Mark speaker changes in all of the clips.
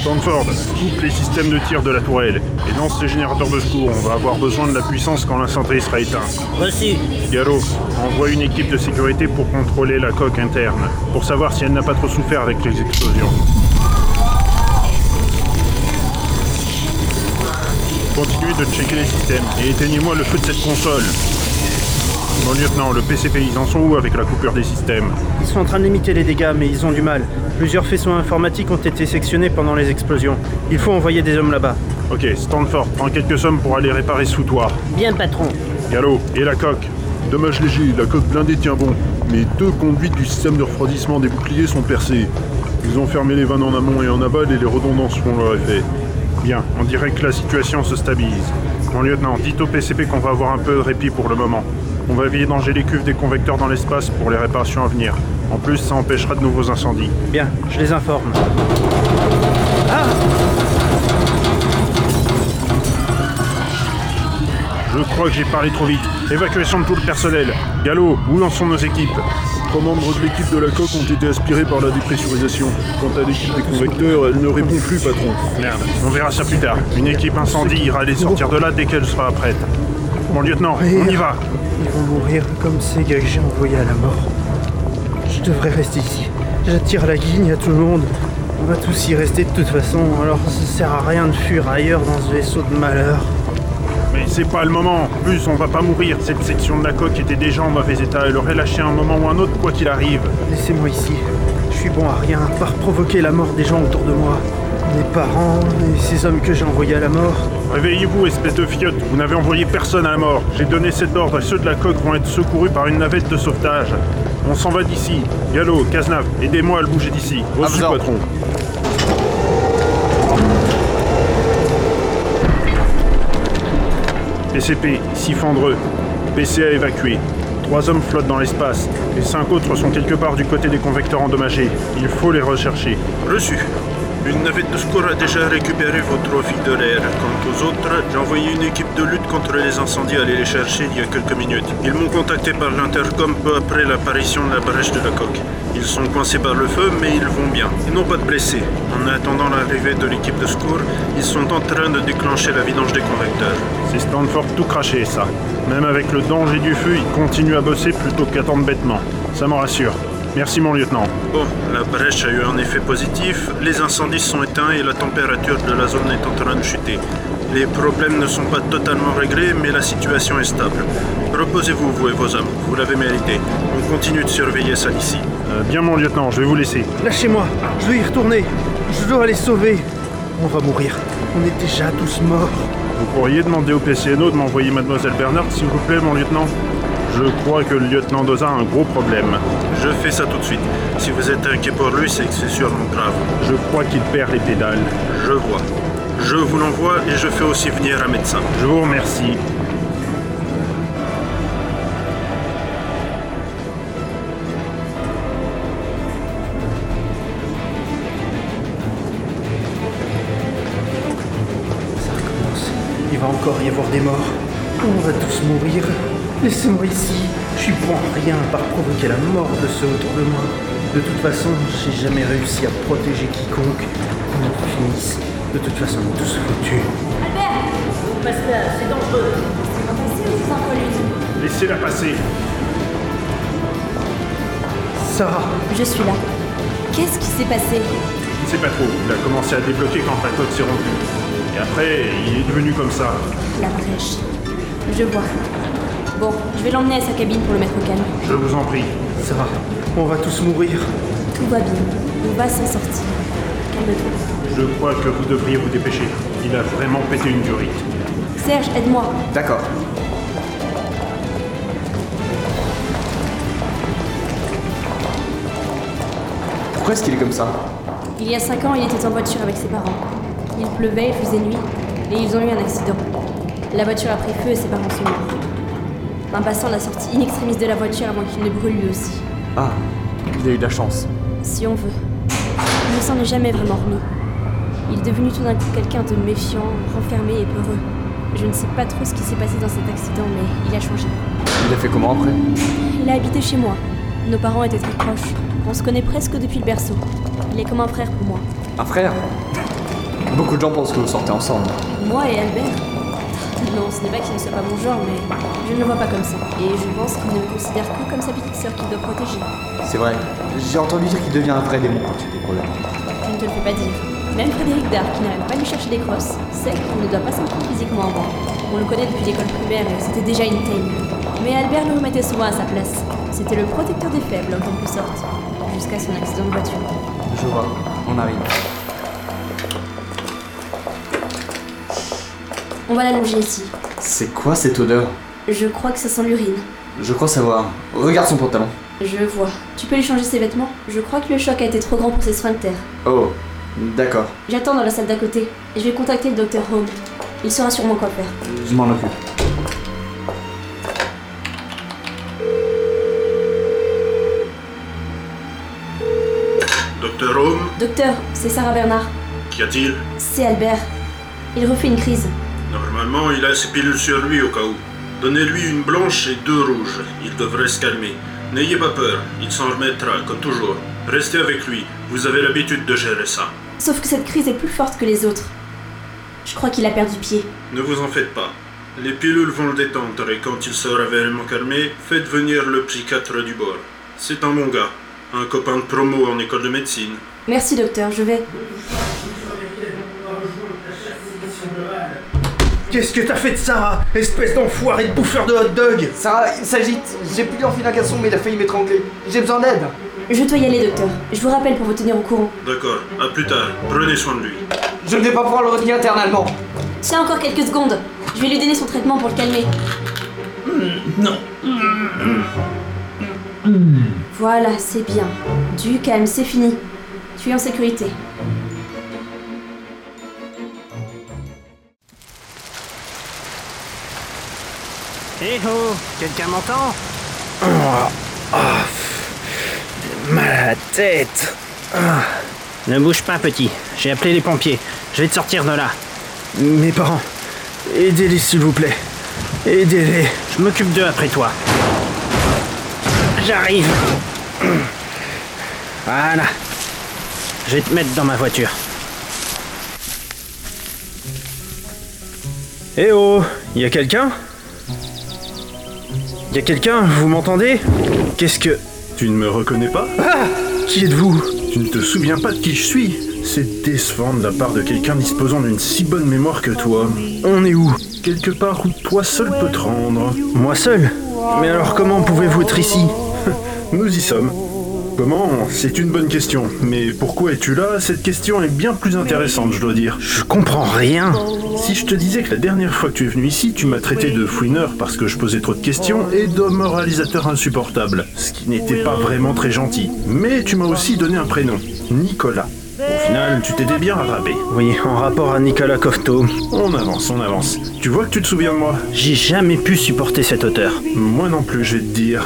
Speaker 1: Stanford, coupe les systèmes de tir de la tourelle et lance les générateurs de secours. On va avoir besoin de la puissance quand l'incendie sera éteint.
Speaker 2: Reçu.
Speaker 1: Gallo, envoie une équipe de sécurité pour contrôler la coque interne, pour savoir si elle n'a pas trop souffert avec les explosions. Continuez de checker les systèmes et éteignez-moi le feu de cette console. Mon lieutenant, le PCP, ils en sont où avec la coupure des systèmes
Speaker 2: Ils sont en train de limiter les dégâts, mais ils ont du mal. Plusieurs faisceaux informatiques ont été sectionnés pendant les explosions. Il faut envoyer des hommes là-bas.
Speaker 1: Ok, Stanford, prends quelques sommes pour aller réparer sous toi.
Speaker 3: Bien, patron.
Speaker 1: Gallo, et la coque
Speaker 4: Dommage léger, la coque blindée tient bon, mais deux conduites du système de refroidissement des boucliers sont percées. Ils ont fermé les vannes en amont et en aval et les redondances font leur effet.
Speaker 1: Bien, on dirait que la situation se stabilise. Mon lieutenant, dites au PCP qu'on va avoir un peu de répit pour le moment. On va vidanger les cuves des convecteurs dans l'espace pour les réparations à venir. En plus, ça empêchera de nouveaux incendies.
Speaker 2: Bien, je les informe. Ah
Speaker 1: Je crois que j'ai parlé trop vite. Évacuation de tout le personnel. Gallo, où en sont nos équipes
Speaker 4: Trois membres de l'équipe de la coque ont été aspirés par la dépressurisation. Quant à l'équipe des convecteurs, elle ne répond plus, patron.
Speaker 1: Merde, on verra ça plus tard. Une équipe incendie ira les sortir de là dès qu'elle sera prête. Mon lieutenant, on y va
Speaker 2: Ils vont mourir comme ces gars que j'ai envoyés à la mort. Je devrais rester ici. J'attire la guigne à tout le monde. On va tous y rester de toute façon, alors ça sert à rien de fuir ailleurs dans ce vaisseau de malheur.
Speaker 1: Mais c'est pas le moment. En plus, on va pas mourir. Cette section de la coque était déjà en mauvais état. Elle aurait lâché un moment ou un autre, quoi qu'il arrive.
Speaker 2: Laissez-moi ici. Je suis bon à rien, à part provoquer la mort des gens autour de moi. Mes parents et ces hommes que j'ai envoyés à la mort.
Speaker 1: Réveillez-vous, espèce de fiotte. Vous n'avez envoyé personne à la mort. J'ai donné cet ordre et ceux de la coque vont être secourus par une navette de sauvetage. On s'en va d'ici. Gallo, Cazenave, aidez-moi à le bouger d'ici.
Speaker 4: Reçu, patron.
Speaker 1: PCP, 6 fendreux. PCA évacué. Trois hommes flottent dans l'espace. Les cinq autres sont quelque part du côté des convecteurs endommagés. Il faut les rechercher.
Speaker 5: Reçu. Une navette de secours a déjà récupéré votre fil de l'air. Quant aux autres, j'ai envoyé une équipe de lutte contre les incendies aller les chercher il y a quelques minutes. Ils m'ont contacté par l'intercom peu après l'apparition de la brèche de la coque. Ils sont coincés par le feu, mais ils vont bien. Ils n'ont pas de blessés. En attendant l'arrivée de l'équipe de secours, ils sont en train de déclencher la vidange des convecteurs.
Speaker 1: C'est Stanford tout craché, ça. Même avec le danger du feu, il continue à bosser plutôt qu'attendre bêtement. Ça me rassure. Merci mon lieutenant.
Speaker 5: Bon, la brèche a eu un effet positif, les incendies sont éteints et la température de la zone est en train de chuter. Les problèmes ne sont pas totalement réglés, mais la situation est stable. Reposez-vous, vous et vos hommes, vous l'avez mérité. On continue de surveiller ça d'ici.
Speaker 1: Euh, bien mon lieutenant, je vais vous laisser.
Speaker 2: Lâchez-moi, je dois y retourner. Je dois aller sauver. On va mourir. On est déjà tous morts.
Speaker 1: Vous pourriez demander au PCNO de m'envoyer mademoiselle Bernard, s'il vous plaît mon lieutenant je crois que le lieutenant Doza a un gros problème.
Speaker 5: Je fais ça tout de suite. Si vous êtes inquiet pour lui, c'est que c'est sûrement grave.
Speaker 1: Je crois qu'il perd les pédales.
Speaker 5: Je vois. Je vous l'envoie et je fais aussi venir un médecin.
Speaker 1: Je vous remercie.
Speaker 2: Ça recommence. Il va encore y avoir des morts. On va tous mourir. Laissez-moi ici. Je suis pour rien à part provoquer la mort de ceux autour de moi. De toute façon, j'ai jamais réussi à protéger quiconque. On en finisse. De toute façon, on est tous foutus.
Speaker 6: Albert Parce que c'est dangereux. C'est pas facile, c'est sans colline.
Speaker 1: Laissez-la passer.
Speaker 2: Sarah,
Speaker 6: Je suis là. Qu'est-ce qui s'est passé
Speaker 1: Je ne sais pas trop. Il a commencé à débloquer quand la coque s'est rompue. Et après, il est devenu comme ça.
Speaker 6: La brèche. Je vois. Bon, je vais l'emmener à sa cabine pour le mettre au calme.
Speaker 1: Je vous en prie.
Speaker 2: Sarah, on va tous mourir.
Speaker 6: Tout va bien. On va s'en sortir. Calme-toi.
Speaker 1: Je crois que vous devriez vous dépêcher. Il a vraiment pété une durite.
Speaker 6: Serge, aide-moi.
Speaker 7: D'accord. Pourquoi est-ce qu'il est comme ça
Speaker 6: Il y a 5 ans, il était en voiture avec ses parents. Il pleuvait, il faisait nuit, et ils ont eu un accident. La voiture a pris feu et ses parents sont morts. Un passant l'a sorti in extremis de la voiture avant qu'il ne brûle lui aussi.
Speaker 7: Ah, il a eu de la chance.
Speaker 6: Si on veut. Il ne s'en est jamais vraiment remis. Il est devenu tout d'un coup quelqu'un de méfiant, renfermé et peureux. Je ne sais pas trop ce qui s'est passé dans cet accident, mais il a changé.
Speaker 7: Il a fait comment après
Speaker 6: Il a habité chez moi. Nos parents étaient très proches. On se connaît presque depuis le berceau. Il est comme un frère pour moi.
Speaker 7: Un frère
Speaker 3: Beaucoup de gens pensent que vous sortez ensemble.
Speaker 6: Moi et Albert Non, ce n'est pas qu'il ne soit pas mon genre, mais je ne le vois pas comme ça. Et je pense qu'il ne me considère que comme sa petite sœur qu'il doit protéger.
Speaker 3: C'est vrai. J'ai entendu dire qu'il devient un vrai démon quand il y a des problèmes.
Speaker 6: Je ne te le fais pas dire. Même Frédéric Dard, qui n'arrive pas à lui chercher des crosses, sait qu'on ne doit pas s'en prendre physiquement avant. On le connaît depuis l'école primaire et c'était déjà une taille. Mais Albert le remettait souvent à sa place. C'était le protecteur des faibles, en quelque sorte. Jusqu'à son accident de voiture.
Speaker 3: Je vois. On arrive.
Speaker 6: On va l'allonger ici.
Speaker 3: C'est quoi cette odeur
Speaker 6: Je crois que ça sent l'urine.
Speaker 3: Je crois savoir. Regarde son pantalon.
Speaker 6: Je vois. Tu peux lui changer ses vêtements Je crois que le choc a été trop grand pour ses sphincters.
Speaker 3: Oh. D'accord.
Speaker 6: J'attends dans la salle d'à côté. Je vais contacter le docteur Home. Il saura sûrement quoi faire.
Speaker 3: Je m'en occupe.
Speaker 5: Docteur Home,
Speaker 6: Docteur, c'est Sarah Bernard.
Speaker 5: qu'y a-t-il
Speaker 6: C'est Albert. Il refait une crise.
Speaker 5: Normalement, il a ses pilules sur lui au cas où. Donnez-lui une blanche et deux rouges. Il devrait se calmer. N'ayez pas peur, il s'en remettra, comme toujours. Restez avec lui, vous avez l'habitude de gérer ça.
Speaker 6: Sauf que cette crise est plus forte que les autres. Je crois qu'il a perdu pied.
Speaker 5: Ne vous en faites pas. Les pilules vont le détendre et quand il sera vraiment calmé, faites venir le psychiatre du bord. C'est un bon gars, un copain de promo en école de médecine.
Speaker 6: Merci docteur, je vais.
Speaker 2: Qu'est-ce que t'as fait de Sarah Espèce d'enfoiré de bouffeur de hot dog
Speaker 8: Sarah, il s'agite. J'ai plus d'enfil d'un mais il a failli m'étrangler. J'ai besoin d'aide.
Speaker 6: Je dois y aller docteur. Je vous rappelle pour vous tenir au courant.
Speaker 5: D'accord, à plus tard, prenez soin de lui.
Speaker 8: Je ne vais pas pouvoir le retenir éternellement.
Speaker 6: Tiens encore quelques secondes. Je vais lui donner son traitement pour le calmer.
Speaker 2: Non.
Speaker 6: Voilà, c'est bien. Du calme, c'est fini. Tu es en sécurité.
Speaker 9: Eh oh Quelqu'un m'entend
Speaker 2: Ah, Mal à la tête
Speaker 9: Ne bouge pas, petit. J'ai appelé les pompiers. Je vais te sortir de là.
Speaker 2: Mes parents, aidez-les s'il vous plaît. Aidez-les.
Speaker 9: Je m'occupe d'eux après toi. J'arrive. Voilà. Je vais te mettre dans ma voiture.
Speaker 2: Eh oh, y a quelqu'un Y a quelqu'un Vous m'entendez Qu'est-ce que...
Speaker 1: Tu ne me reconnais pas
Speaker 2: Qui êtes-vous
Speaker 1: Tu ne te souviens pas de qui je suis C'est décevant de la part de quelqu'un disposant d'une si bonne mémoire que toi.
Speaker 2: On est où
Speaker 1: Quelque part où toi seul peux te rendre.
Speaker 2: Moi seul Mais alors comment pouvez-vous être ici
Speaker 1: Nous y sommes. Comment C'est une bonne question. Mais pourquoi es-tu là Cette question est bien plus intéressante, je dois dire.
Speaker 2: Je comprends rien.
Speaker 1: Si je te disais que la dernière fois que tu es venu ici, tu m'as traité de fouineur parce que je posais trop de questions et de moralisateur insupportable, ce qui n'était pas vraiment très gentil. Mais tu m'as aussi donné un prénom, Nicolas. Au final, tu t'étais bien rattrapé.
Speaker 2: Oui, en rapport à Nicolas Cofto,
Speaker 1: On avance, on avance. Tu vois que tu te souviens de moi
Speaker 9: J'ai jamais pu supporter cet auteur.
Speaker 1: Moi non plus, je vais te dire.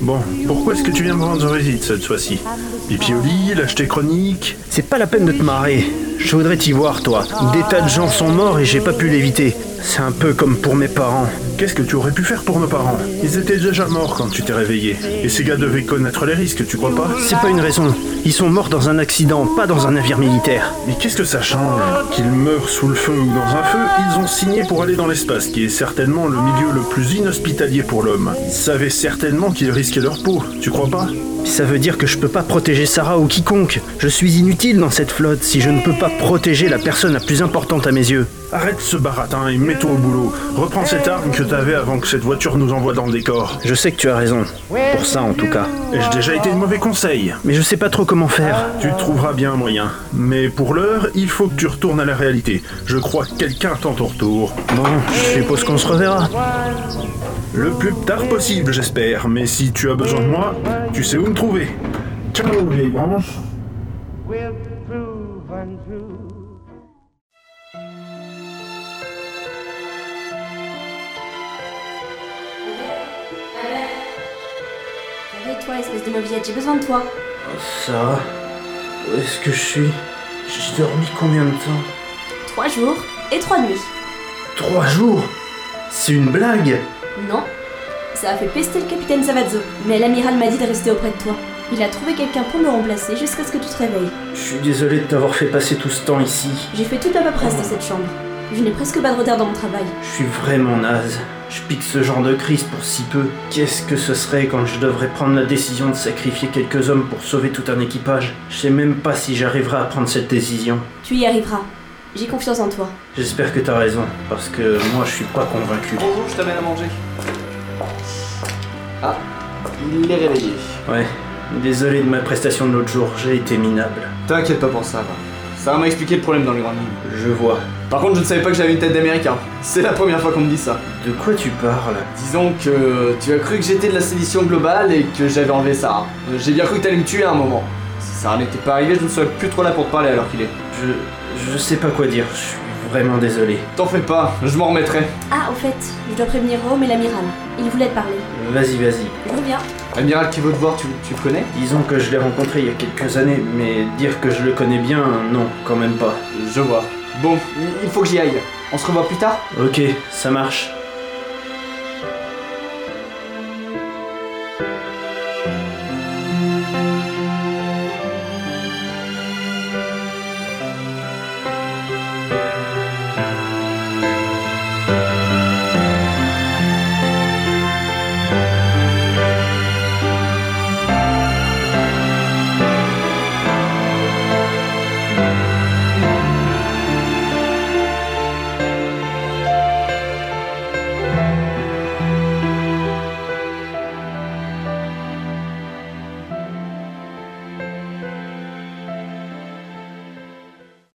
Speaker 1: Bon, pourquoi est-ce que tu viens me rendre visite cette fois-ci Pipioli, l'acheter chronique
Speaker 2: c'est pas la peine de te marrer. Je voudrais t'y voir, toi. Des tas de gens sont morts et j'ai pas pu l'éviter. C'est un peu comme pour mes parents.
Speaker 1: Qu'est-ce que tu aurais pu faire pour nos parents Ils étaient déjà morts quand tu t'es réveillé. Et ces gars devaient connaître les risques, tu crois pas
Speaker 2: C'est pas une raison. Ils sont morts dans un accident, pas dans un navire militaire.
Speaker 1: Mais qu'est-ce que ça change Qu'ils meurent sous le feu ou dans un feu, ils ont signé pour aller dans l'espace, qui est certainement le milieu le plus inhospitalier pour l'homme. Ils savaient certainement qu'ils risquaient leur peau, tu crois pas
Speaker 2: Ça veut dire que je peux pas protéger Sarah ou quiconque. Je suis inutile dans cette flotte si je ne peux pas protéger la personne la plus importante à mes yeux.
Speaker 1: Arrête ce baratin et mets-toi au boulot. Reprends cette arme que t'avais avant que cette voiture nous envoie dans le décor.
Speaker 2: Je sais que tu as raison. Pour ça, en tout cas.
Speaker 1: J'ai déjà été de mauvais conseil
Speaker 2: Mais je sais pas trop comment faire.
Speaker 1: Tu trouveras bien un moyen. Mais pour l'heure, il faut que tu retournes à la réalité. Je crois que quelqu'un attend ton retour.
Speaker 2: Bon, je suppose qu'on se reverra.
Speaker 1: Le plus tard possible, j'espère. Mais si tu as besoin de moi, tu sais où me trouver. Ciao, les branches.
Speaker 10: will prove untrue.
Speaker 6: Et toi, espèce de mauviette, j'ai besoin de toi.
Speaker 2: Sarah, où est-ce que je suis J'ai dormi combien de temps
Speaker 6: Trois jours et trois nuits.
Speaker 2: Trois jours C'est une blague
Speaker 6: Non Ça a fait pester le capitaine Savazzo. Mais l'amiral m'a dit de rester auprès de toi. Il a trouvé quelqu'un pour me remplacer jusqu'à ce que tu te réveilles.
Speaker 2: Je suis désolé de t'avoir fait passer tout ce temps ici.
Speaker 6: J'ai fait toute la paperasse de cette chambre. Je n'ai presque pas de retard dans mon travail.
Speaker 2: Je suis vraiment naze. Je pique ce genre de crise pour si peu. Qu'est-ce que ce serait quand je devrais prendre la décision de sacrifier quelques hommes pour sauver tout un équipage Je sais même pas si j'arriverai à prendre cette décision.
Speaker 6: Tu y arriveras. J'ai confiance en toi.
Speaker 2: J'espère que t'as raison, parce que moi je suis pas convaincu.
Speaker 3: Bonjour, je t'amène à manger. Ah, il est réveillé.
Speaker 2: Ouais, désolé de ma prestation de l'autre jour, j'ai été minable.
Speaker 3: T'inquiète pas pour ça. va. Ça m'a expliqué le problème dans les grandes lignes.
Speaker 2: Je vois.
Speaker 3: Par contre, je ne savais pas que j'avais une tête d'américain. C'est la première fois qu'on me dit ça.
Speaker 2: De quoi tu parles
Speaker 3: Disons que tu as cru que j'étais de la sédition globale et que j'avais enlevé Sarah. Euh, J'ai bien cru que t'allais me tuer à un moment. Si Sarah n'était pas arrivée, je ne serais plus trop là pour te parler alors qu'il est.
Speaker 2: Je. Je sais pas quoi dire, je suis vraiment désolé.
Speaker 3: T'en fais pas, je m'en remettrai.
Speaker 6: Ah, au fait, je dois prévenir Rome et l'amiral. Ils voulaient te parler.
Speaker 2: Vas-y, vas-y.
Speaker 6: Je reviens.
Speaker 3: Amiral qui veut te voir, tu, tu le connais
Speaker 2: Disons que je l'ai rencontré il y a quelques années, mais dire que je le connais bien, non, quand même pas.
Speaker 3: Je vois. Bon, il faut que j'y aille. On se revoit plus tard
Speaker 2: Ok, ça marche.